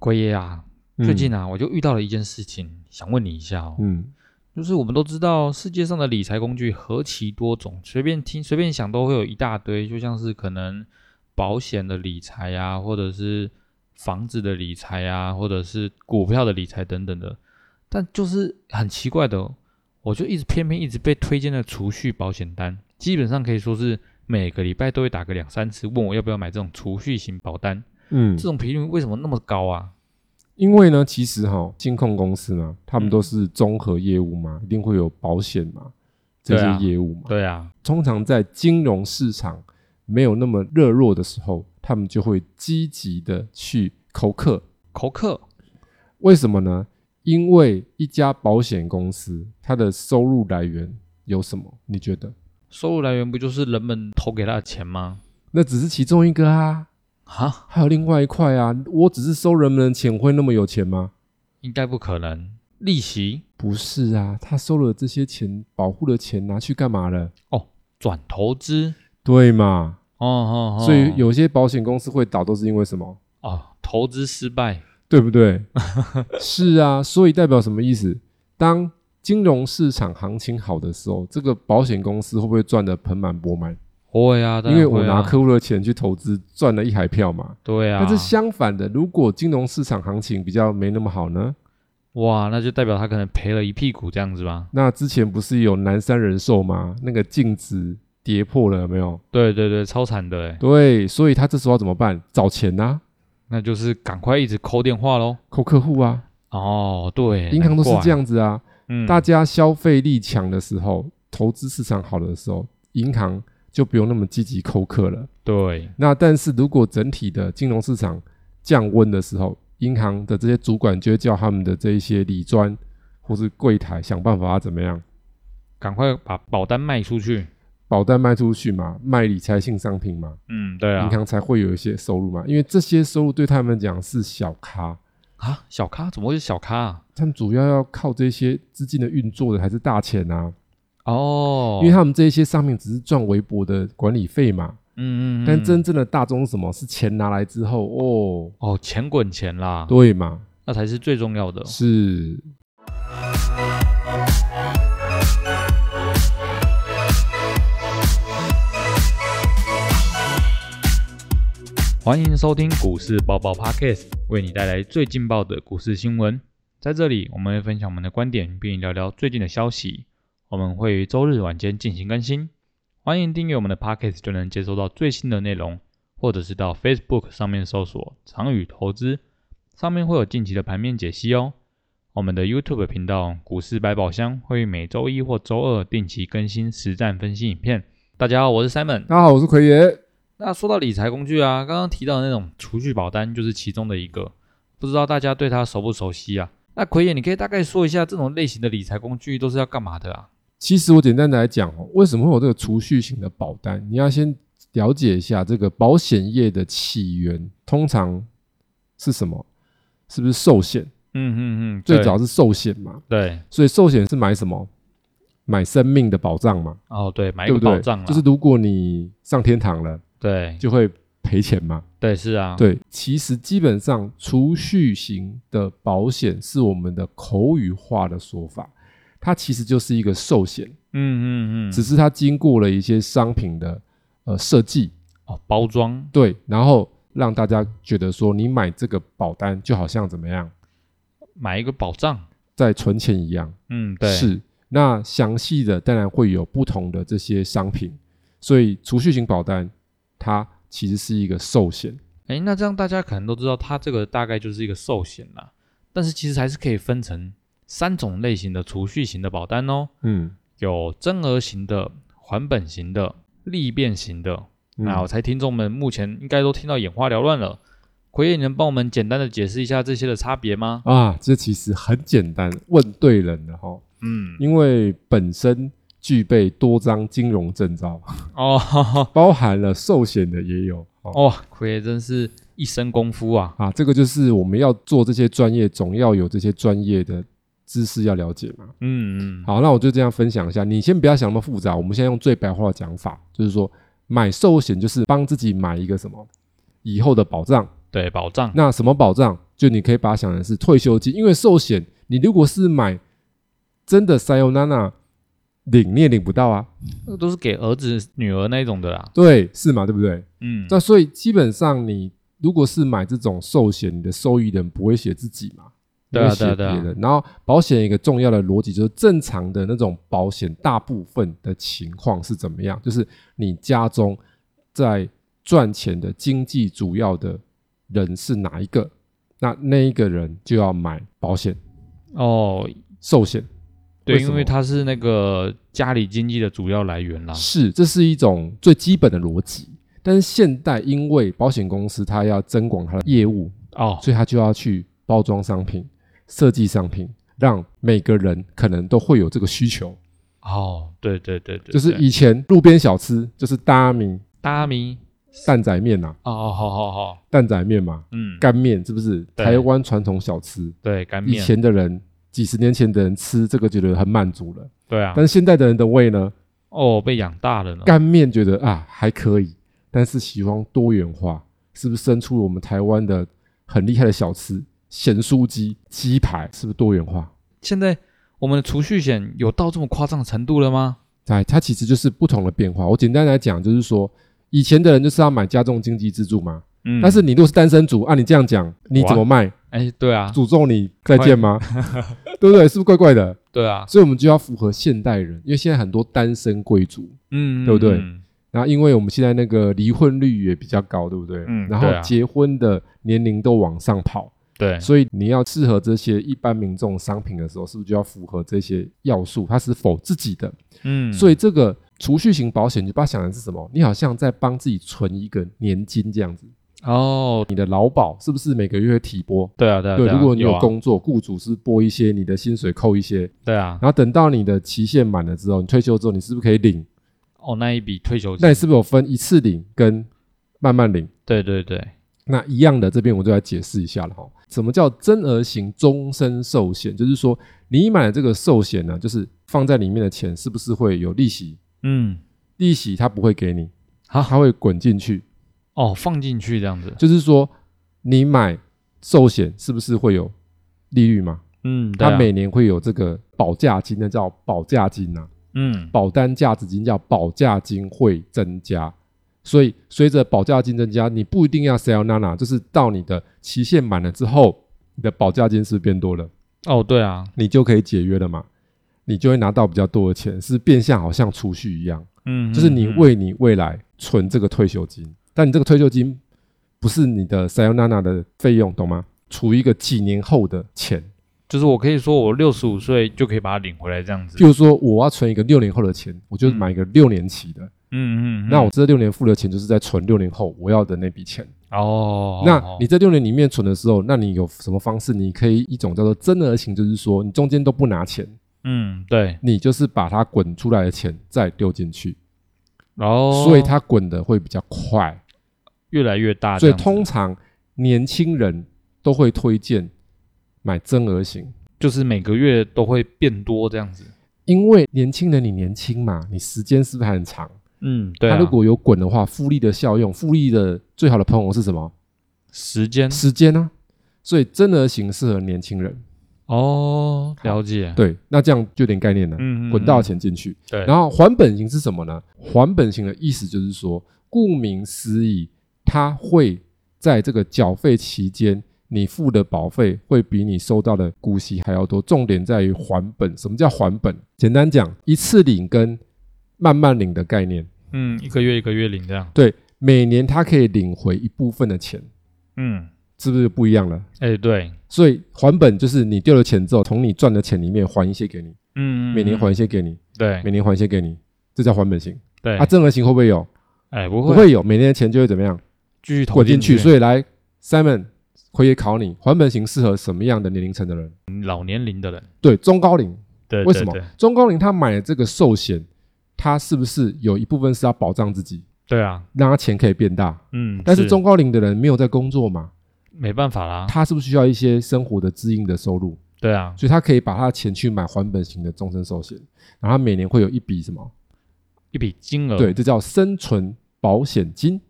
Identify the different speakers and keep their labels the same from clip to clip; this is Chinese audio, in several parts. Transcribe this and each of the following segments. Speaker 1: 奎爷啊，最近
Speaker 2: 啊，
Speaker 1: 啊，我就遇到了一件事情，想问你一下哦。
Speaker 2: 嗯
Speaker 1: 就是我们都知道，世界上的理财工具何其多种，随便听、随便想都会有一大堆，就像是可能保险的理财啊，或者是房子的理财啊，或者是股票的理财等等的。但就是很奇怪的哦、我就一直偏偏一直被推荐的储蓄保险单，基本上可以说是每个礼拜都会打个两三次，问我要不要买这种储蓄型保单。
Speaker 2: 嗯
Speaker 1: 这，种频率为什么那么高啊？
Speaker 2: 因为呢，其实哈，金控公司嘛，他们
Speaker 1: 嗯
Speaker 2: 都是综合业务嘛，一定会有保险嘛这
Speaker 1: 对啊
Speaker 2: 些业务嘛。
Speaker 1: 对啊，
Speaker 2: 通常在金融市场没有那么热络的时候，他们就会积极的去扣客。
Speaker 1: 口渴，
Speaker 2: 为什么呢？因为一家保险公司它的收入来源有什么？你觉得？
Speaker 1: 收入来源不就是人们投给他的钱吗？
Speaker 2: 那只是其中一个啊，
Speaker 1: 哈，
Speaker 2: 还有另外一块啊。我只是收人们的钱，我会那么有钱吗？
Speaker 1: 应该不可能。利息
Speaker 2: 不是啊，他收了这些钱，保护的钱拿去干嘛了？
Speaker 1: 转投资，
Speaker 2: 对嘛？
Speaker 1: 哦哦哦，
Speaker 2: 所以有些保险公司会倒，都是因为什么？
Speaker 1: 哦，投资失败，
Speaker 2: 对 不对？是啊，所以代表什么意思？当金融市场行情好的时候，这个保险公司会不会赚得盆满钵满？
Speaker 1: 会啊，当
Speaker 2: 因
Speaker 1: 然
Speaker 2: 为我
Speaker 1: 会啊
Speaker 2: 拿客户的钱去投资，赚了一海票嘛。
Speaker 1: 对啊，
Speaker 2: 但是相反的，如果金融市场行情比较没那么好呢？
Speaker 1: 哇，那就代表他可能赔了一屁股这样子吧？
Speaker 2: 那之前不是有南山人寿吗？那个净值跌破了，有没有？
Speaker 1: 对对对，超惨的哎，
Speaker 2: 对，所以他这时候要怎么办？找钱呐、
Speaker 1: 那就是赶快一直抠电话喽。
Speaker 2: 扣客户啊，
Speaker 1: 哦，对，
Speaker 2: 银行都是这
Speaker 1: 样，
Speaker 2: 样子啊。
Speaker 1: 嗯，
Speaker 2: 大家消费力强的时候，投资市场好的时候，银行就不用那么积极扣客了。
Speaker 1: 对，
Speaker 2: 那但是如果整体的金融市场降温的时候，银行的这些主管就会叫他们的这一些理专或是柜台想办法啊怎么样，
Speaker 1: 赶快把保单卖出去。
Speaker 2: 保单卖出去嘛，卖理财性商品嘛，
Speaker 1: 嗯，对啊
Speaker 2: 银，行才会有一些收入嘛。因为这些收入对他们讲是小咖，
Speaker 1: 啊，小咖怎么会是小咖啊？
Speaker 2: 他们主要要靠这些资金的运作的还是大钱啊，
Speaker 1: 哦，
Speaker 2: 因为他们这些商品只是赚微薄的管理费嘛。
Speaker 1: 嗯嗯嗯，
Speaker 2: 但真正的大宗是什么？是钱拿来之后哦，
Speaker 1: 哦，钱滚钱啦，
Speaker 2: 对嘛，
Speaker 1: 那才是最重要的。
Speaker 2: 是
Speaker 1: 欢迎收听股市爆爆 Podcast，为你带来最劲爆的股市新闻。在这里，我们会分享我们的观点，并聊聊最近的消息。我们会于周日晚间进行更新，欢迎订阅我们的 Podcast，就能接收到最新的内容，或者是到 Facebook 上面搜索“长宇投资”，上面会有近期的盘面解析哦。我们的 YouTube 频道“股市百宝箱”会于每周一或周二定期更新实战分析影片。大家好，我是 Simon。
Speaker 2: 大家好，我是奎爷。
Speaker 1: 那说到理财工具啊，刚刚提到的那种储蓄保单就是其中的一个，不知道大家对它熟不熟悉啊？那奎爷，你可以大概说一下这种类型的理财工具都是要干嘛的啊？
Speaker 2: 其实我简单来讲哦，为什么会有这个储蓄型的保单？你要先了解一下这个保险业的起源，通常是什么？是不是寿险？
Speaker 1: 嗯嗯嗯，
Speaker 2: 最早是寿险嘛，
Speaker 1: 对
Speaker 2: 所以寿险是买什么？买生命的保障嘛，
Speaker 1: 哦对，买一
Speaker 2: 对
Speaker 1: 个
Speaker 2: 不对？
Speaker 1: 保障啦，
Speaker 2: 就是如果你上天堂了，
Speaker 1: 对
Speaker 2: 就会赔钱嘛。
Speaker 1: 对是啊，
Speaker 2: 对，其实基本上储蓄型的保险是我们的口语化的说法，它其实就是一个寿险，
Speaker 1: 嗯嗯嗯，
Speaker 2: 只是它经过了一些商品的呃设计，
Speaker 1: 哦包装
Speaker 2: 对，然后让大家觉得说你买这个保单就好像怎么样
Speaker 1: 买一个保障，
Speaker 2: 在存钱一样，
Speaker 1: 嗯对，
Speaker 2: 是。那详细的当然会有不同的这些商品，所以储蓄型保单它其实是一个寿险。
Speaker 1: 哎，那这样大家可能都知道，它这个大概就是一个寿险啦，但是其实还是可以分成三种类型的储蓄型的保单哦。
Speaker 2: 嗯，
Speaker 1: 有增额型的、还本型的、利变型的。
Speaker 2: 嗯
Speaker 1: 那我猜听众们目前应该都听到眼花缭乱了。奎爷，你能帮我们简单的解释一下这些的差别吗？
Speaker 2: 啊，这其实很简单，问对人了哈。
Speaker 1: 嗯，
Speaker 2: 因为本身具备多张金融证照，
Speaker 1: 哦
Speaker 2: 包含了寿险的也有。哦
Speaker 1: 哦，奎爷真是一身功夫啊！
Speaker 2: 啊，这个就是我们要做这些专业，总要有这些专业的知识要了解嘛。
Speaker 1: 嗯嗯，
Speaker 2: 好，那我就这样分享一下，你先不要想那么复杂，我们现在用最白话的讲法，就是说买寿险就是帮自己买一个什么以后的保障，
Speaker 1: 对，保障，
Speaker 2: 那什么保障？就你可以把它想成是退休金，因为寿险你如果是买真的 s a y o n a n a 领你也领不到啊，
Speaker 1: 那都是给儿子、女儿那一种的啦。
Speaker 2: 对，是嘛？对不对？
Speaker 1: 嗯，
Speaker 2: 那所以基本上你如果是买这种寿险，你的受益人不会写自己嘛，
Speaker 1: 对啊
Speaker 2: 你会写
Speaker 1: 对
Speaker 2: 别
Speaker 1: 啊对啊
Speaker 2: 人。然后保险有一个重要的逻辑就是正常的那种保险，大部分的情况是怎么样？就是你家中在赚钱的经济主要的人是哪一个？那那一个人就要买保险、
Speaker 1: 哦，
Speaker 2: 寿险。
Speaker 1: 对，
Speaker 2: 为什
Speaker 1: 因为
Speaker 2: 么
Speaker 1: 它是那个家里经济的主要来源啦。
Speaker 2: 是，这是一种最基本的逻辑。但是现代因为保险公司它要增广它的业务，
Speaker 1: 哦，
Speaker 2: 所以他就要去包装商品、设计商品，让每个人可能都会有这个需求。
Speaker 1: 哦，对对对对，
Speaker 2: 就是
Speaker 1: 对
Speaker 2: 以前路边小吃就是大米
Speaker 1: 大米。
Speaker 2: 蛋仔面呐、
Speaker 1: 哦哦，好好好，
Speaker 2: 蛋仔面嘛，
Speaker 1: 嗯，
Speaker 2: 干面是不是？
Speaker 1: 对
Speaker 2: 台湾传统小吃，
Speaker 1: 对，干
Speaker 2: 以
Speaker 1: 面，
Speaker 2: 前的人几十年前的人吃这个觉得很满足了，
Speaker 1: 对啊
Speaker 2: 但，是现代的人的胃呢，
Speaker 1: 哦，被养大了呢。
Speaker 2: 干面觉得啊还可以，但是喜欢多元化，是不是生出了我们台湾的很厉害的小吃？咸酥鸡、鸡排是不是多元化？
Speaker 1: 现在我们的储蓄险有到这么夸张的程度了吗？
Speaker 2: 哎，它其实就是不同的变化。我简单来讲，就是说，以前的人就是要买家中经济支柱嘛。
Speaker 1: 嗯，
Speaker 2: 但是你如果是单身族，啊按、你这样讲，你怎么卖？
Speaker 1: 哎，对啊，
Speaker 2: 诅咒你再见吗？ 对不对？是不是怪怪的？
Speaker 1: 对啊，
Speaker 2: 所以我们就要符合现代人，因为现在很多单身贵族，
Speaker 1: 嗯，
Speaker 2: 对不对
Speaker 1: 嗯
Speaker 2: 然后因为我们现在那个离婚率也比较高，对不对？
Speaker 1: 嗯
Speaker 2: 然后
Speaker 1: 对啊嗯
Speaker 2: 结婚的年龄都往上跑，
Speaker 1: 对，
Speaker 2: 所以你要适合这些一般民众商品的时候，是不是就要符合这些要素？它是否自己的？
Speaker 1: 嗯，
Speaker 2: 所以这个储蓄型保险，你把它想的是什么？你好像在帮自己存一个年金这样子。
Speaker 1: 哦，
Speaker 2: 你的劳保是不是每个月会提拨？
Speaker 1: 对啊，对啊，
Speaker 2: 对，
Speaker 1: 啊
Speaker 2: 如果你
Speaker 1: 有
Speaker 2: 有
Speaker 1: 啊，
Speaker 2: 工作，雇主是拨一些，你的薪水扣一些，
Speaker 1: 对啊
Speaker 2: 然，后等到你的期限满了之后，你退休之后，你是不是可以领？
Speaker 1: 哦，那一笔退休
Speaker 2: 那
Speaker 1: 金
Speaker 2: 你，是不是有分一次领跟慢慢领？
Speaker 1: 对对对，
Speaker 2: 那一样的，这边我就来解释一下了哈。什么叫增额型终身寿险？就是说，你买的这个寿险呢，就是放在里面的钱是不是会有利息？
Speaker 1: 嗯，
Speaker 2: 利息它不会给你，
Speaker 1: 啊
Speaker 2: 它会滚进去。
Speaker 1: 哦，放进去这样子，
Speaker 2: 就是说你买寿险是不是会有利率嘛？
Speaker 1: 嗯，对
Speaker 2: 它
Speaker 1: 啊，
Speaker 2: 每年会有这个保价金，那叫保价金呐、
Speaker 1: 嗯，
Speaker 2: 保单价值金叫保价金会增加。所以随着保价金增加，你不一定要 sell nana，就是到你的期限满了之后，你的保价金是不是变多了，
Speaker 1: 哦，对啊，
Speaker 2: 你就可以解约了嘛，你就会拿到比较多的钱，是变相好像储蓄一样。
Speaker 1: 嗯，
Speaker 2: 就是你
Speaker 1: 嗯
Speaker 2: 为你未来存这个退休金，但你这个退休金不是你的 s a y o n a n a 的费用，懂吗？除一个几年后的钱，
Speaker 1: 就是我可以说我六十五岁就可以把它领回来这样子
Speaker 2: 譬，如说我要存一个六年后的钱，我就买一个六年期的，
Speaker 1: 嗯嗯，嗯
Speaker 2: 那我这六年付的钱就是在存六年后我要的那笔钱。
Speaker 1: 哦，
Speaker 2: 那
Speaker 1: 哦
Speaker 2: 你在六年里面存的时候，那你有什么方式？你可以一种叫做增额型，就是说你中间都不拿钱，
Speaker 1: 嗯对，
Speaker 2: 你就是把它滚出来的钱再丢进去，
Speaker 1: 然后
Speaker 2: 所以它滚的会比较快。
Speaker 1: 越来越大这
Speaker 2: 所以
Speaker 1: 样子，
Speaker 2: 通常年轻人都会推荐买增额型，
Speaker 1: 就是每个月都会变多这样子，
Speaker 2: 因为年轻人你年轻嘛，你时间是不是还很长？
Speaker 1: 嗯，对啊，
Speaker 2: 它如果有滚的话，复利的效用，复利的最好的朋友是什么？
Speaker 1: 时间
Speaker 2: 时间啊。所以增额型适合年轻
Speaker 1: 嗯
Speaker 2: 人，
Speaker 1: 哦，了解，
Speaker 2: 对，那这样就有点概念了，
Speaker 1: 嗯，嗯
Speaker 2: 滚
Speaker 1: 嗯
Speaker 2: 到钱进去。
Speaker 1: 对，
Speaker 2: 然后还本型是什么呢？还本型的意思就是说，顾名思义，它会在这个缴费期间，你付的保费会比你收到的股息还要多。重点在于还本。什么叫还本？简单讲，一次领跟慢慢领的概念。
Speaker 1: 嗯，一个月一个月领这样，
Speaker 2: 对，每年它可以领回一部分的钱，
Speaker 1: 嗯，
Speaker 2: 是不是不一样了？
Speaker 1: 哎对，
Speaker 2: 所以还本就是你丢了钱之后，从你赚的钱里面还一些给你，
Speaker 1: 嗯，嗯
Speaker 2: 每年
Speaker 1: 嗯
Speaker 2: 还一些给你，
Speaker 1: 对
Speaker 2: 每年还一些给你，这叫还本型。
Speaker 1: 对
Speaker 2: 啊，，正额型会不会有？
Speaker 1: 哎不
Speaker 2: 不
Speaker 1: 会
Speaker 2: 会有，每年的钱就会怎么样
Speaker 1: 继续投
Speaker 2: 滚进去。
Speaker 1: 以
Speaker 2: 所以来，Simon，奎爷考你，还本型适合什么样的年龄层的人？
Speaker 1: 老年龄的人，
Speaker 2: 对，中高龄。
Speaker 1: 对，
Speaker 2: 为
Speaker 1: 对
Speaker 2: 什么
Speaker 1: 对？
Speaker 2: 中高龄他买了这个寿险，他是不是有一部分是要保障自己，
Speaker 1: 对啊，
Speaker 2: 让他钱可以变大？
Speaker 1: 嗯，
Speaker 2: 但是中高龄的人没有在工作嘛，
Speaker 1: 没办法啦，
Speaker 2: 他是不是需要一些生活的资应的收入？
Speaker 1: 对啊，
Speaker 2: 所以他可以把他的钱去买还本型的终身寿险，然后他每年会有一笔什么？
Speaker 1: 一笔金额，
Speaker 2: 对，这叫生存保险金。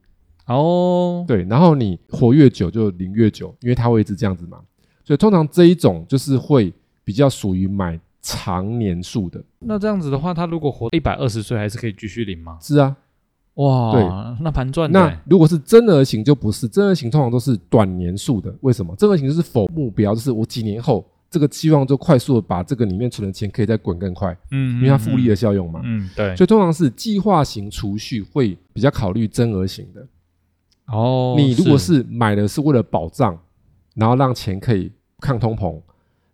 Speaker 1: 哦，
Speaker 2: 对，然后你活越久就领越久，因为它会一直这样子嘛。所以通常这一种就是会比较属于买长年数的，
Speaker 1: 那这样子的话，他如果活一百二十岁，还是可以继续领吗？
Speaker 2: 是啊。
Speaker 1: 哇，
Speaker 2: 对，
Speaker 1: 那盘赚的
Speaker 2: 那
Speaker 1: 欸，
Speaker 2: 如果是真额型就不是，真额型通常都是短年数的。为什么？真额型就是否目标，就是我几年后这个期望就快速的把这个里面存的钱可以再滚更快，
Speaker 1: 嗯，
Speaker 2: 因为它复利
Speaker 1: 的，
Speaker 2: 的效用嘛。
Speaker 1: 嗯，对，
Speaker 2: 所以通常是计划型储蓄会比较考虑增额型的。
Speaker 1: 哦，
Speaker 2: 你如果是买的是为了保障，然后让钱可以抗通膨，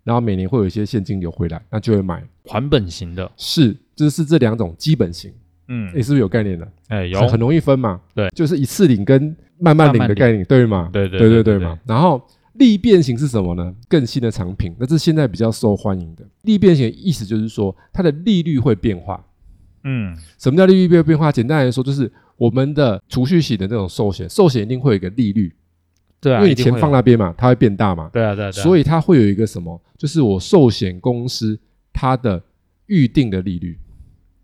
Speaker 2: 然后每年会有一些现金流回来，那就会买。
Speaker 1: 还本型的，
Speaker 2: 是，这是这两种基本型，
Speaker 1: 嗯
Speaker 2: 你、，是不是有概念的？
Speaker 1: 哎，有
Speaker 2: 很很容易分嘛。
Speaker 1: 对
Speaker 2: 就是一次领跟慢慢领的概念，对吗？
Speaker 1: 对对
Speaker 2: 对
Speaker 1: 对对
Speaker 2: 对嘛。然后利变型是什么呢？更新的产品，那是现在比较受欢迎的。利变型的意思就是说，它的利率会变化。
Speaker 1: 嗯，
Speaker 2: 什么叫利率变变化？简单来说，就是我们的储蓄型的那种寿险，寿险一定会有一个利率，
Speaker 1: 对啊，
Speaker 2: 因为你
Speaker 1: 一定会
Speaker 2: 钱放
Speaker 1: 有，
Speaker 2: 那边嘛，它会变大嘛，
Speaker 1: 对啊，对啊，
Speaker 2: 所
Speaker 1: 以
Speaker 2: 以它会有一个什么，就是我寿险公司它的预定的利率，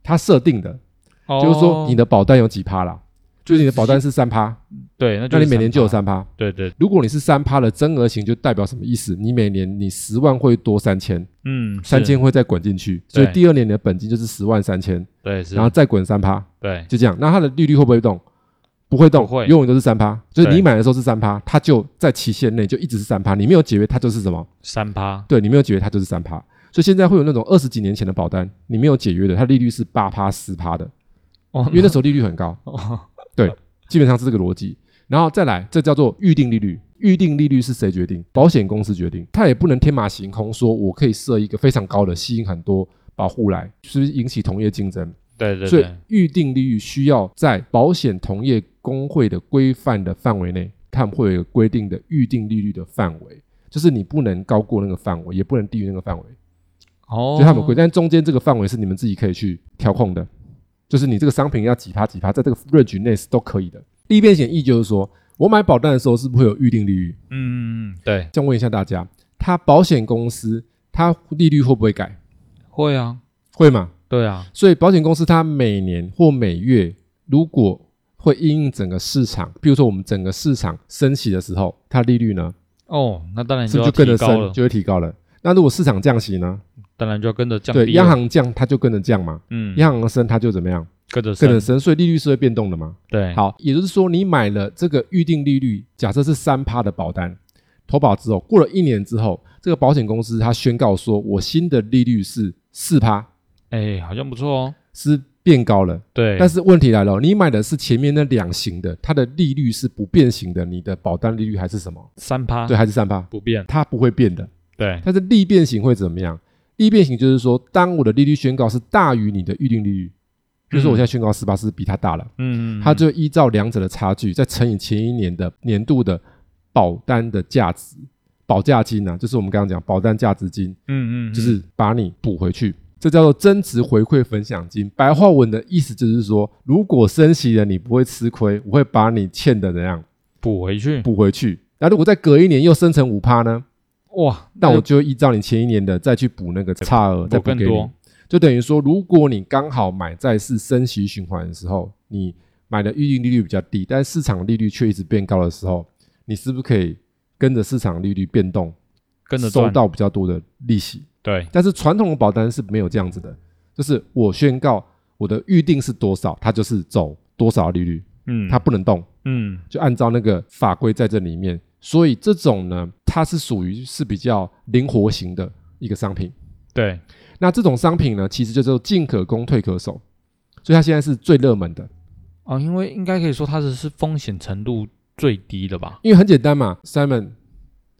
Speaker 2: 它设定的，
Speaker 1: 哦
Speaker 2: 就是说你的保单有几趴啦，就是你的保单是三趴，
Speaker 1: 对，那
Speaker 2: 那
Speaker 1: 就是
Speaker 2: 你每年就有
Speaker 1: 3%，
Speaker 2: 三趴。
Speaker 1: 对对，
Speaker 2: 如果你是三趴的增额型，就代表什么意思？你每年你十万会多三千，
Speaker 1: 嗯，
Speaker 2: 三
Speaker 1: 是
Speaker 2: 千，会再滚进去，所以
Speaker 1: 对
Speaker 2: 第二年你的本金就是十万三千，
Speaker 1: 对是，
Speaker 2: 然后再滚三趴，
Speaker 1: 对
Speaker 2: 就这样。那它的利率会不会动？不会动，
Speaker 1: 不会
Speaker 2: 永远都是三趴。就是
Speaker 1: 对
Speaker 2: 你买的时候是三趴，它就在期限内就一直是三趴。你没有解约，它就是什么？
Speaker 1: 三趴，
Speaker 2: 对，你没有解约，它就是三趴。所以现在会有那种二十几年前的保单，你没有解约的，它利率是八趴、十趴的，
Speaker 1: 哦
Speaker 2: 因为那时候利率很高。
Speaker 1: 哦
Speaker 2: 基本上是这个逻辑。然后再来，这叫做预定利率。预定利率是谁决定？保险公司决定，它也不能天马行空说我可以设一个非常高的，吸引很多保护来，是不是引起同业竞争？
Speaker 1: 对对
Speaker 2: 所以
Speaker 1: 对，
Speaker 2: 预定利率需要在保险同业工会的规范的范围内，他们会有一个规定的预定利率的范围，就是你不能高过那个范围，也不能低于那个范围，
Speaker 1: 哦，
Speaker 2: 就他们规。但中间这个范围是你们自己可以去调控的，就是你这个商品要几趴几趴，在这个 range 内是都可以的。利变险意就是说，我买保单的时候是不是会有预定利率？
Speaker 1: 嗯嗯嗯，对，
Speaker 2: 想问一下大家，它保险公司它利率会不会改？
Speaker 1: 会啊，
Speaker 2: 会吗？
Speaker 1: 对啊，
Speaker 2: 所以保险公司它每年或每月，如果会因应整个市场，比如说我们整个市场升息的时候，它利率呢
Speaker 1: 哦，那当然
Speaker 2: 是
Speaker 1: 就
Speaker 2: 不
Speaker 1: 要
Speaker 2: 是就跟
Speaker 1: 提高
Speaker 2: 着升，
Speaker 1: 了，
Speaker 2: 就会提高了？那如果市场降息呢？
Speaker 1: 当然就要跟着降低了。
Speaker 2: 对，央行降它就跟着降嘛，
Speaker 1: 嗯，
Speaker 2: 央行升它就怎么样，
Speaker 1: 跟着
Speaker 2: 跟
Speaker 1: 升
Speaker 2: 着升，所以利率是会变动的嘛。
Speaker 1: 对，
Speaker 2: 好，也就是说你买了这个预定利率，假设是三趴的保单，投保之后过了一年之后，这个保险公司它宣告说，我新的利率是四趴，
Speaker 1: 哎，好像不错哦。
Speaker 2: 是变高了。
Speaker 1: 对，
Speaker 2: 但
Speaker 1: 是
Speaker 2: 是问题来了，你买的是前面那两型的，它的利率是不变型的，你的保单利率还是什么？
Speaker 1: 三趴
Speaker 2: 对，还是三趴，
Speaker 1: 不变，
Speaker 2: 它不会变的。
Speaker 1: 对，
Speaker 2: 但是利变型会怎么样？利变型就是说，当我的利率宣告是大于你的预定利率，就是我现在宣告十八是比它大了，
Speaker 1: 嗯，嗯
Speaker 2: 它
Speaker 1: 嗯
Speaker 2: 就依照两者的差距，再乘以前一年的年度的保单的价值，保价金啊，就是我们刚刚讲保单价值金，
Speaker 1: 嗯嗯，嗯
Speaker 2: 就是把你补回去，这叫做增值回馈分享金。白话文的意思就是说，如果升息了，你不会吃亏，我会把你欠的怎样
Speaker 1: 补回去。
Speaker 2: 补回去。那如果再隔一年又升成五趴呢？
Speaker 1: 哇，
Speaker 2: 那我就依照你前一年的再去补那个差额，再
Speaker 1: 补
Speaker 2: 补
Speaker 1: 更
Speaker 2: 给你
Speaker 1: 多。
Speaker 2: 就等于说，如果你刚好买在是升息循环的时候，你买的预定利率比较低，但市场利率却一直变高的时候，你是不是可以跟着市场利率变动，
Speaker 1: 跟着
Speaker 2: 收
Speaker 1: 赚。
Speaker 2: 到比较多的利息？
Speaker 1: 对，
Speaker 2: 但是传统的保单是没有这样子的，就是我宣告我的预定是多少，它就是走多少利率，
Speaker 1: 嗯，
Speaker 2: 它不能动，
Speaker 1: 嗯
Speaker 2: 就按照那个法规在这里面。所以这种呢，它是属于是比较灵活型的一个商品。
Speaker 1: 对，
Speaker 2: 嗯那这种商品呢，其实就叫做进可攻，退可守，所以它现在是最热门的，
Speaker 1: 哦，因为应该可以说它的是风险程度最低的吧？
Speaker 2: 因为很简单嘛。Simon，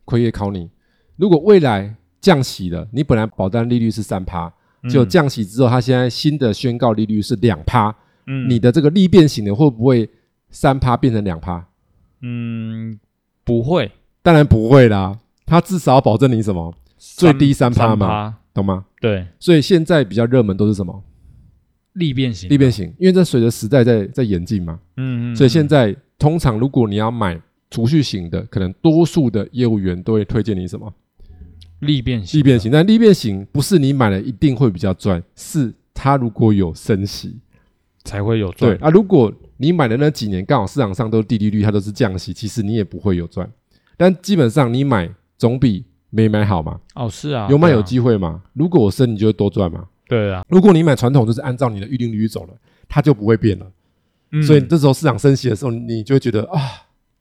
Speaker 2: 奎爷考你，如果未来降息了，你本来保单利率是三趴，就
Speaker 1: 这，
Speaker 2: 降息之后，它现在新的宣告利率是两趴，
Speaker 1: 嗯，
Speaker 2: 你的这个利变型的会不会三趴变成两趴？
Speaker 1: 嗯不会
Speaker 2: 当然不会啦，它至少保证你什么，最低三趴嘛
Speaker 1: 嘛？
Speaker 2: 懂吗？
Speaker 1: 对，
Speaker 2: 所以现在比较热门都是什么
Speaker 1: 利变型的，
Speaker 2: 利变型，因为这随着时代在在演进嘛，
Speaker 1: 嗯，嗯嗯，
Speaker 2: 所以现在通常如果你要买储蓄型的，可能多数的业务员都会推荐你什么
Speaker 1: 利变型，
Speaker 2: 利变型，但利变型不是你买了一定会比较赚，是它如果有升息，
Speaker 1: 才会有
Speaker 2: 对
Speaker 1: 赚。
Speaker 2: 啊，如果你买的那几年刚好市场上都低利率，它都是降息，其实你也不会有赚。但基本上你买总比没买好嘛，
Speaker 1: 哦，是啊，
Speaker 2: 有买
Speaker 1: 对啊
Speaker 2: 有机会嘛。如果我升，你就会多赚嘛。
Speaker 1: 对啊，
Speaker 2: 如果你买传统，就是按照你的预定利率走了，它就不会变了。
Speaker 1: 嗯
Speaker 2: 所以这时候市场升息的时候，你就会觉得啊，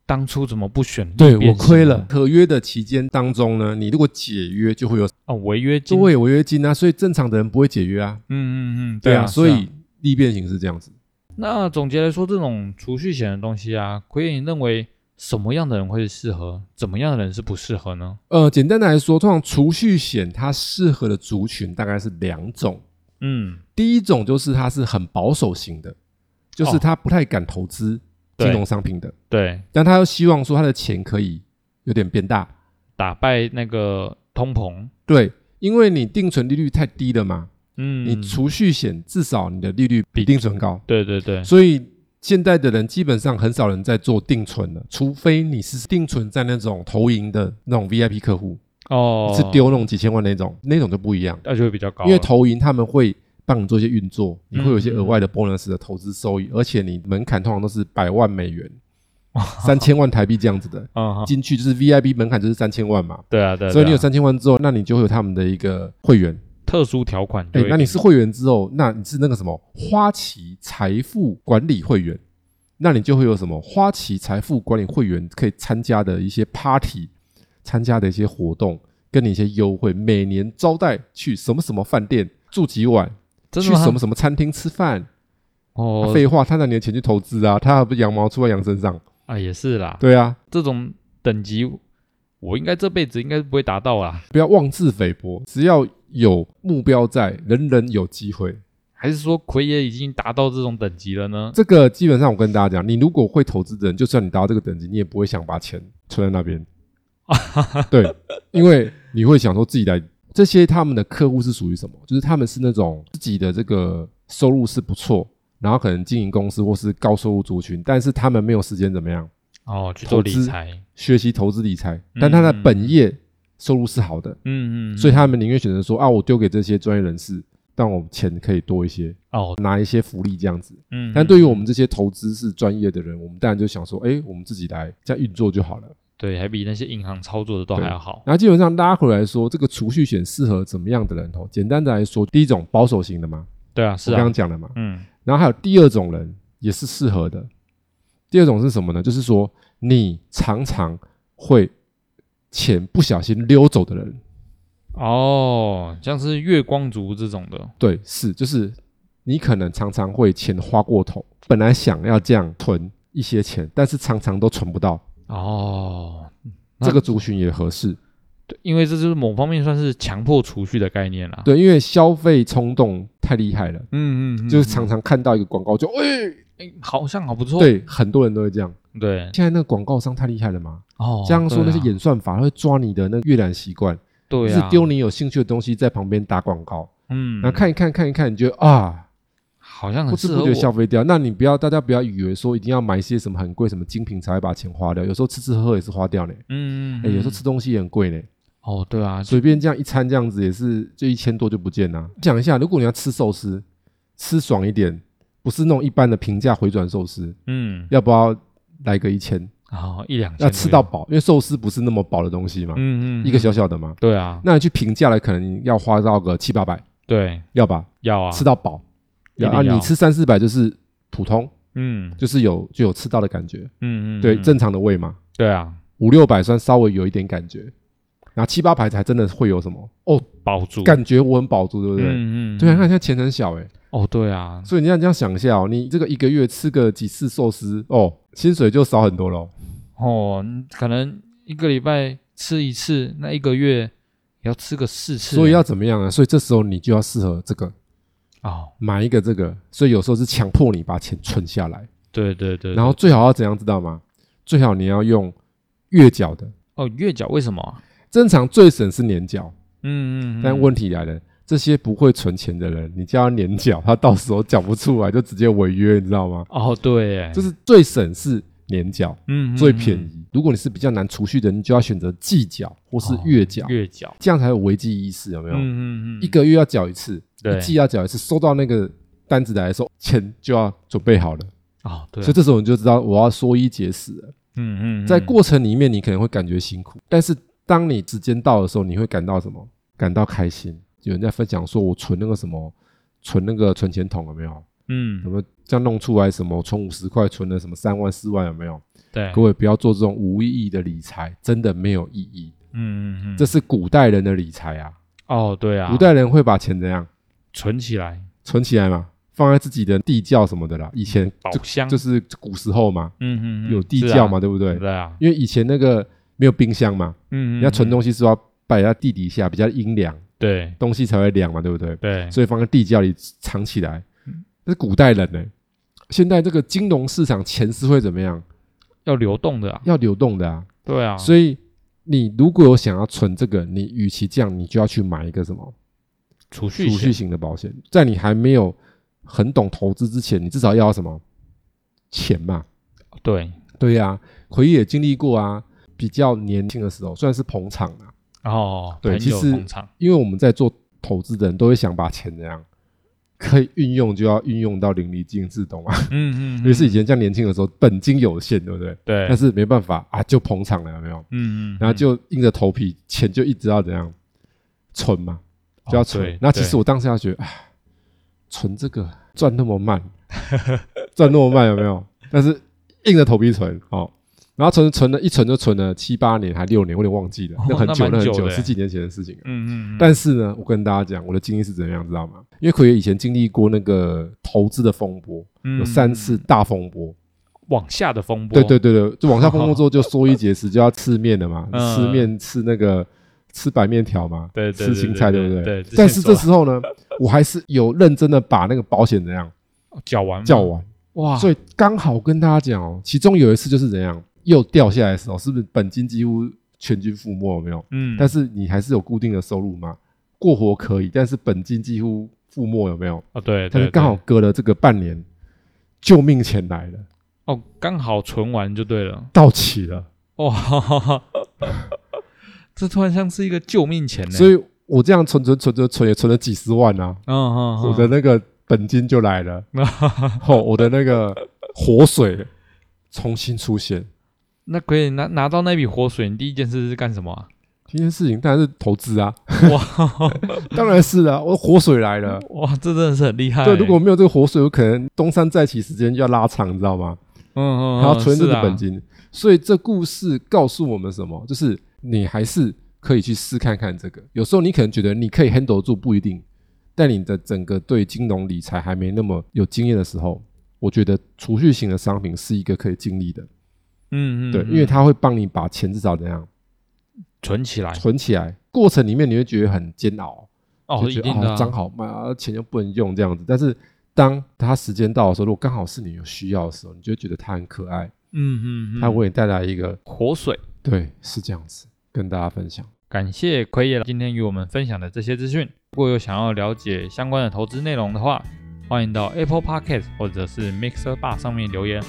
Speaker 1: 当初怎么不选？
Speaker 2: 对我亏了。合约的期间当中呢，你如果解约就会有
Speaker 1: 哦，违约金
Speaker 2: 就。会有违约金啊，所以正常的人不会解约啊。
Speaker 1: 嗯嗯嗯，
Speaker 2: 对
Speaker 1: 啊，
Speaker 2: 所
Speaker 1: 是啊
Speaker 2: 以利变型是这样子。
Speaker 1: 那总结来说，这种储蓄险的东西啊，奎影认为什么样的人会适合，怎么样的人是不适合呢？
Speaker 2: 呃，简单的来说，通常储蓄险它适合的族群大概是两种，
Speaker 1: 嗯，
Speaker 2: 第一种就是它是很保守型的，就是
Speaker 1: 哦
Speaker 2: 他不太敢投资金
Speaker 1: 对
Speaker 2: 融商品的，
Speaker 1: 对，
Speaker 2: 但他又希望说他的钱可以有点变大，
Speaker 1: 打败那个通膨，
Speaker 2: 对，因为你定存利率太低了嘛，
Speaker 1: 嗯，
Speaker 2: 你储蓄险至少你的利率比
Speaker 1: 比
Speaker 2: 定存高，
Speaker 1: 对对对，
Speaker 2: 所以现在的人基本上很少人在做定存了，除非你是定存在那种投银的那种 VIP 客户，
Speaker 1: 哦，
Speaker 2: 是丢那种几千万那种，那种就不一样，
Speaker 1: 那就会比较高了，
Speaker 2: 因为投银他们会。帮你做一些运作，你会有一些
Speaker 1: 嗯嗯
Speaker 2: 额外的 bonus 的投资收益，而且你门槛通常都是百万美元、三千万台币这样子的。
Speaker 1: 嗯，好
Speaker 2: 进去就是 VIP 门槛就是三千万嘛，
Speaker 1: 对啊对啊，
Speaker 2: 所以你有
Speaker 1: 对啊
Speaker 2: 三千万之后，那你就会有他们的一个会员。
Speaker 1: 特殊条款就
Speaker 2: 哎
Speaker 1: 一定，，
Speaker 2: 那你是会员之后，那你是那个什么花旗财富管理会员，那你就会有什么花旗财富管理会员可以参加的一些 party，参加的一些活动，跟你一些优惠，每年招待去什么什么饭店住几晚，去
Speaker 1: 真的吗
Speaker 2: 什么什么餐厅吃饭。啊
Speaker 1: 哦
Speaker 2: 废话，他拿你的钱去投资啊，他还不羊毛出在羊身上？
Speaker 1: 啊也是啦，
Speaker 2: 对啊，
Speaker 1: 这种等级我应该这辈子应该不会达到啦，
Speaker 2: 不要妄自菲薄，只要有目标在，人人有机会。
Speaker 1: 还是说奎爷已经达到这种等级了呢？
Speaker 2: 这个基本上我跟大家讲，你如果会投资的人，就算你达到这个等级，你也不会想把钱存在那边。对，因为你会想说自己来。这些他们的客户是属于什么？就是他们是那种自己的这个收入是不错，然后可能经营公司或是高收入族群，但是他们没有时间怎么样
Speaker 1: 哦，去做
Speaker 2: 投
Speaker 1: 理
Speaker 2: 资
Speaker 1: 财，
Speaker 2: 学习投资理财，但他的本业收入是好的，
Speaker 1: 嗯嗯，
Speaker 2: 所以
Speaker 1: 以
Speaker 2: 他们宁愿选择说啊，我丢给这些专业人士，让我钱可以多一些，
Speaker 1: 哦，
Speaker 2: 拿一些福利这样子。
Speaker 1: 嗯，
Speaker 2: 但
Speaker 1: 嗯
Speaker 2: 对于我们这些投资是专业的人，我们当然就想说，哎，我们自己来这样运作就好了。
Speaker 1: 对，还比那些银行操作的都还要好。
Speaker 2: 然后基本上拉回来说，这个储蓄险适合怎么样的人？哦，简单的来说，第一种保守型的嘛，
Speaker 1: 对啊，是
Speaker 2: 我刚
Speaker 1: 啊
Speaker 2: 刚，讲了嘛。
Speaker 1: 嗯，
Speaker 2: 然后还有第二种人也是适合的。第二种是什么呢？就是说你常常会钱不小心溜走的人，
Speaker 1: 哦，像是月光族这种的，
Speaker 2: 对，是就是你可能常常会钱花过头，本来想要这样存一些钱，但是常常都存不到，
Speaker 1: 哦，那
Speaker 2: 这个族群也合适。
Speaker 1: 对，因为这就是某方面算是强迫储蓄的概念啦。，
Speaker 2: 对，因为消费冲动太厉害了，
Speaker 1: 嗯嗯，嗯
Speaker 2: 就是常常看到一个广告就，哎、
Speaker 1: 哎好像好不错，
Speaker 2: 对，很多人都会这样。
Speaker 1: 对，
Speaker 2: 现在那个广告商太厉害了嘛，
Speaker 1: 哦，
Speaker 2: 这样说那
Speaker 1: 对啊
Speaker 2: 些演算法会抓你的那个阅览习惯，就
Speaker 1: 对
Speaker 2: 是
Speaker 1: 啊，
Speaker 2: 丢你有兴趣的东西在旁边打广告，
Speaker 1: 嗯，
Speaker 2: 然后看一看看一看，你就啊，
Speaker 1: 好像
Speaker 2: 不
Speaker 1: 很适
Speaker 2: 知
Speaker 1: 合
Speaker 2: 不觉消
Speaker 1: 我，
Speaker 2: 费掉。那你不要，大家不要以为说一定要买一些什么很贵什么精品才会把钱花掉，有时候吃吃喝喝也是花掉呢。
Speaker 1: 嗯，嗯
Speaker 2: 哎、有时候
Speaker 1: 嗯
Speaker 2: 吃东西也很贵呢，
Speaker 1: 哦，对啊，
Speaker 2: 随便这样一餐这样子也是就一千多就不见啦。讲一下，如果你要吃寿司，吃爽一点，不是那种一般的平价回转寿司，
Speaker 1: 嗯，
Speaker 2: 要不要来个一千？
Speaker 1: 哦，一两千
Speaker 2: 要
Speaker 1: 左右
Speaker 2: 吃到，饱，因为寿司不是那么饱的东西嘛，
Speaker 1: 嗯嗯，
Speaker 2: 一个
Speaker 1: 嗯
Speaker 2: 小小的嘛。
Speaker 1: 对啊，
Speaker 2: 那你去平价的可能要花到个七八百，
Speaker 1: 对，
Speaker 2: 要吧？
Speaker 1: 要啊，
Speaker 2: 吃到饱，
Speaker 1: 一定
Speaker 2: 然后
Speaker 1: 要
Speaker 2: 你吃三四百就是普通，
Speaker 1: 嗯
Speaker 2: 就是有就有吃到的感觉，
Speaker 1: 嗯嗯，
Speaker 2: 对，
Speaker 1: 嗯
Speaker 2: 正常的胃嘛。
Speaker 1: 对啊，
Speaker 2: 五六百算稍微有一点感觉，然后七八百才真的会有什么哦，
Speaker 1: 饱足，嗯
Speaker 2: 感觉我很饱足，对不对？
Speaker 1: 嗯嗯，
Speaker 2: 对啊，那
Speaker 1: 嗯
Speaker 2: 现在钱很小哎、
Speaker 1: 哦，对啊，
Speaker 2: 所以你要这样想一下哦，你这个一个月吃个几次寿司哦，薪水就少很多喽。
Speaker 1: 哦，你可能一个礼拜吃一次，那一个月也要吃个四次欸，
Speaker 2: 所以要怎么样啊？所以这时候你就要适合这个
Speaker 1: 哦，
Speaker 2: 买一个这个，所以有时候是强迫你把钱存下来，
Speaker 1: 对对对，
Speaker 2: 然后最好要怎样知道吗？最好你要用月缴的，
Speaker 1: 哦，月缴为什么啊？
Speaker 2: 正常最省是年缴，
Speaker 1: 嗯嗯，嗯
Speaker 2: 但问题来了。这些不会存钱的人，你叫他年缴，他到时候缴不出来就直接违约，你知道吗？
Speaker 1: 哦，对耶，
Speaker 2: 就是最省是年缴，
Speaker 1: 嗯嗯
Speaker 2: 最便
Speaker 1: 嗯
Speaker 2: 宜。如果你是比较难储蓄的，你就要选择季缴或是
Speaker 1: 哦
Speaker 2: 月缴，
Speaker 1: 月缴，
Speaker 2: 这样才有危机意识，有没有？
Speaker 1: 嗯嗯嗯，
Speaker 2: 一个月要缴一次，
Speaker 1: 对
Speaker 2: 一季要缴一次。收到那个单子来的时候，钱就要准备好了。
Speaker 1: 哦，对啊
Speaker 2: 所以，这时候你就知道我要缩衣节食了。
Speaker 1: 嗯嗯，嗯
Speaker 2: 在过程里面，你可能会感觉辛苦，但是当你时间到的时候，你会感到什么？感到开心。有人在分享说，我存那个什么，存那个存钱筒有没有？有
Speaker 1: 嗯，
Speaker 2: 没有这样弄出来什么？存五十块，存了什么三万四万有没有？
Speaker 1: 对，
Speaker 2: 各位不要做这种无意义的理财，真的没有意义。
Speaker 1: 嗯嗯嗯，
Speaker 2: 这是古代人的理财啊，
Speaker 1: 哦，对啊，
Speaker 2: 古代人会把钱怎样
Speaker 1: 存起来，
Speaker 2: 存起来嘛，放在自己的地窖什么的啦。以前
Speaker 1: 宝
Speaker 2: 就
Speaker 1: 箱
Speaker 2: 就是古时候嘛，
Speaker 1: 嗯嗯嗯
Speaker 2: 有地
Speaker 1: 是啊
Speaker 2: 窖嘛，对不对？
Speaker 1: 对啊，
Speaker 2: 因为以前那个没有冰箱嘛，
Speaker 1: 嗯，嗯
Speaker 2: 人家存
Speaker 1: 嗯
Speaker 2: 东西是要摆在地底下，比较阴凉，
Speaker 1: 对
Speaker 2: 东西才会凉嘛，对不对？
Speaker 1: 对，
Speaker 2: 所以放在地窖里藏起来。
Speaker 1: 嗯
Speaker 2: 这是古代人呢、现在这个金融市场钱是会怎么样？
Speaker 1: 要流动的啊，
Speaker 2: 要流动的啊。
Speaker 1: 对啊，
Speaker 2: 所以你如果有想要存这个，你与其这样，你就要去买一个什么
Speaker 1: 储蓄
Speaker 2: 储蓄
Speaker 1: 险
Speaker 2: 型的保险。在你还没有很懂投资之前，你至少要有什么钱嘛？
Speaker 1: 对，
Speaker 2: 对呀、奎爷也经历过啊，比较年轻的时候，虽然是捧场啊，
Speaker 1: 然后
Speaker 2: 对
Speaker 1: 哦朋
Speaker 2: 其
Speaker 1: 友
Speaker 2: 实
Speaker 1: 捧场
Speaker 2: 因为我们在做投资的人都会想把钱怎样可以运用，就要运用到淋漓尽致，懂吗？
Speaker 1: 嗯嗯，
Speaker 2: 尤其是以
Speaker 1: 嗯
Speaker 2: 前像年轻的时候，本金有限，对不对？
Speaker 1: 对，
Speaker 2: 但是没办法啊，就捧场了，有没有？
Speaker 1: 嗯嗯，
Speaker 2: 然后
Speaker 1: 嗯
Speaker 2: 就硬着头皮，钱就一直要怎样存嘛，就要
Speaker 1: 哦
Speaker 2: 存
Speaker 1: 对。
Speaker 2: 那其实
Speaker 1: 对
Speaker 2: 我当时要觉得，唉存这个赚那么慢， 赚那么慢有没有？但是硬着头皮存哦。然后存存了一存就存了七八年还六年，我有点忘记了，那
Speaker 1: 哦
Speaker 2: 很
Speaker 1: 那
Speaker 2: 久，
Speaker 1: 蛮
Speaker 2: 那很
Speaker 1: 久
Speaker 2: 久，
Speaker 1: 的欸
Speaker 2: 十几年前的事情了。
Speaker 1: 嗯嗯，嗯
Speaker 2: 但是呢，我跟大家讲我的经历是怎么样，知道吗？因为奎爷以前经历过那个投资的风波，有三次大风波。
Speaker 1: 嗯往下的风波，
Speaker 2: 对对对对，就往下风波之后就缩衣节食，就要吃面了 嘛，
Speaker 1: 嗯
Speaker 2: 吃面吃那个吃白面条嘛，
Speaker 1: 对对对
Speaker 2: 吃青菜，对不
Speaker 1: 对对之前
Speaker 2: 但是
Speaker 1: 说
Speaker 2: 这时候呢，我还是有认真的把那个保险怎样
Speaker 1: 嗯脚完吗
Speaker 2: 叫完，
Speaker 1: 哇，
Speaker 2: 所以刚好跟大家讲哦，其中有一次就是怎样又掉下来的时候，是不是本金几乎全军覆没？有没有？
Speaker 1: 嗯，
Speaker 2: 但
Speaker 1: 是
Speaker 2: 是你还是有固定的收入嘛，过活可以，但是本金几乎覆没，有没有？
Speaker 1: 哦对，
Speaker 2: 但
Speaker 1: 对
Speaker 2: 是刚好
Speaker 1: 对
Speaker 2: 隔了这个半年，救命钱来了，
Speaker 1: 哦刚好存完就对了，
Speaker 2: 到期了。
Speaker 1: 哇， 哈哈哈这突然像是一个救命钱呢，
Speaker 2: 所
Speaker 1: 以
Speaker 2: 以我这样存存存存存也存了几十万啊，
Speaker 1: 嗯嗯，
Speaker 2: 我的那个本金就来了，
Speaker 1: 那
Speaker 2: 吼、我的那个活水重新出现。
Speaker 1: 那可以拿拿到那笔活水，你第一件事是干什么啊？
Speaker 2: 这件事情当然是投资啊，
Speaker 1: 哇
Speaker 2: 当然是啊，我活水来了。
Speaker 1: 哇，这真的是很厉害欸。
Speaker 2: 对，如果没有这个活水，我可能东山再起时间就要拉长，你知道吗？
Speaker 1: 嗯嗯，
Speaker 2: 还要存这
Speaker 1: 是
Speaker 2: 个
Speaker 1: 啊
Speaker 2: 本，金，所以这故事告诉我们什么？就是你还是可以去试看看这个。有时候你可能觉得你可以 handle 住，不一定。但你的整个对金融理财还没那么有经验的时候，我觉得储蓄型的商品是一个可以经历的，
Speaker 1: 嗯嗯，
Speaker 2: 对，
Speaker 1: 嗯
Speaker 2: 因为它会帮你把钱至少怎样
Speaker 1: 存起来，
Speaker 2: 存起来。过程里面你会觉得很煎熬，
Speaker 1: 哦，
Speaker 2: 就
Speaker 1: 一
Speaker 2: 觉得
Speaker 1: 定的
Speaker 2: 哦
Speaker 1: 啊，
Speaker 2: 涨好慢啊，钱又不能用这样子。但是当它时间到的时候，如果刚好是你有需要的时候，你就会觉得它很可爱，
Speaker 1: 嗯嗯嗯，
Speaker 2: 它为你带来一个
Speaker 1: 活水。
Speaker 2: 对，是这样子，跟大家分享。
Speaker 1: 感谢奎爷今天与我们分享的这些资讯。如果有想要了解相关的投资内容的话，欢迎到 Apple Podcast 或者是 Mixer Bar 上面留言，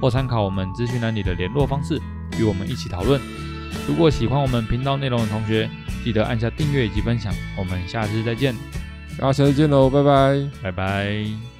Speaker 1: 或参考我们资讯栏里的联络方式，与我们一起讨论。如果喜欢我们频道内容的同学，记得按下订阅以及分享。我们下次再见，
Speaker 2: 大家下次见喽，拜拜。
Speaker 1: 拜拜。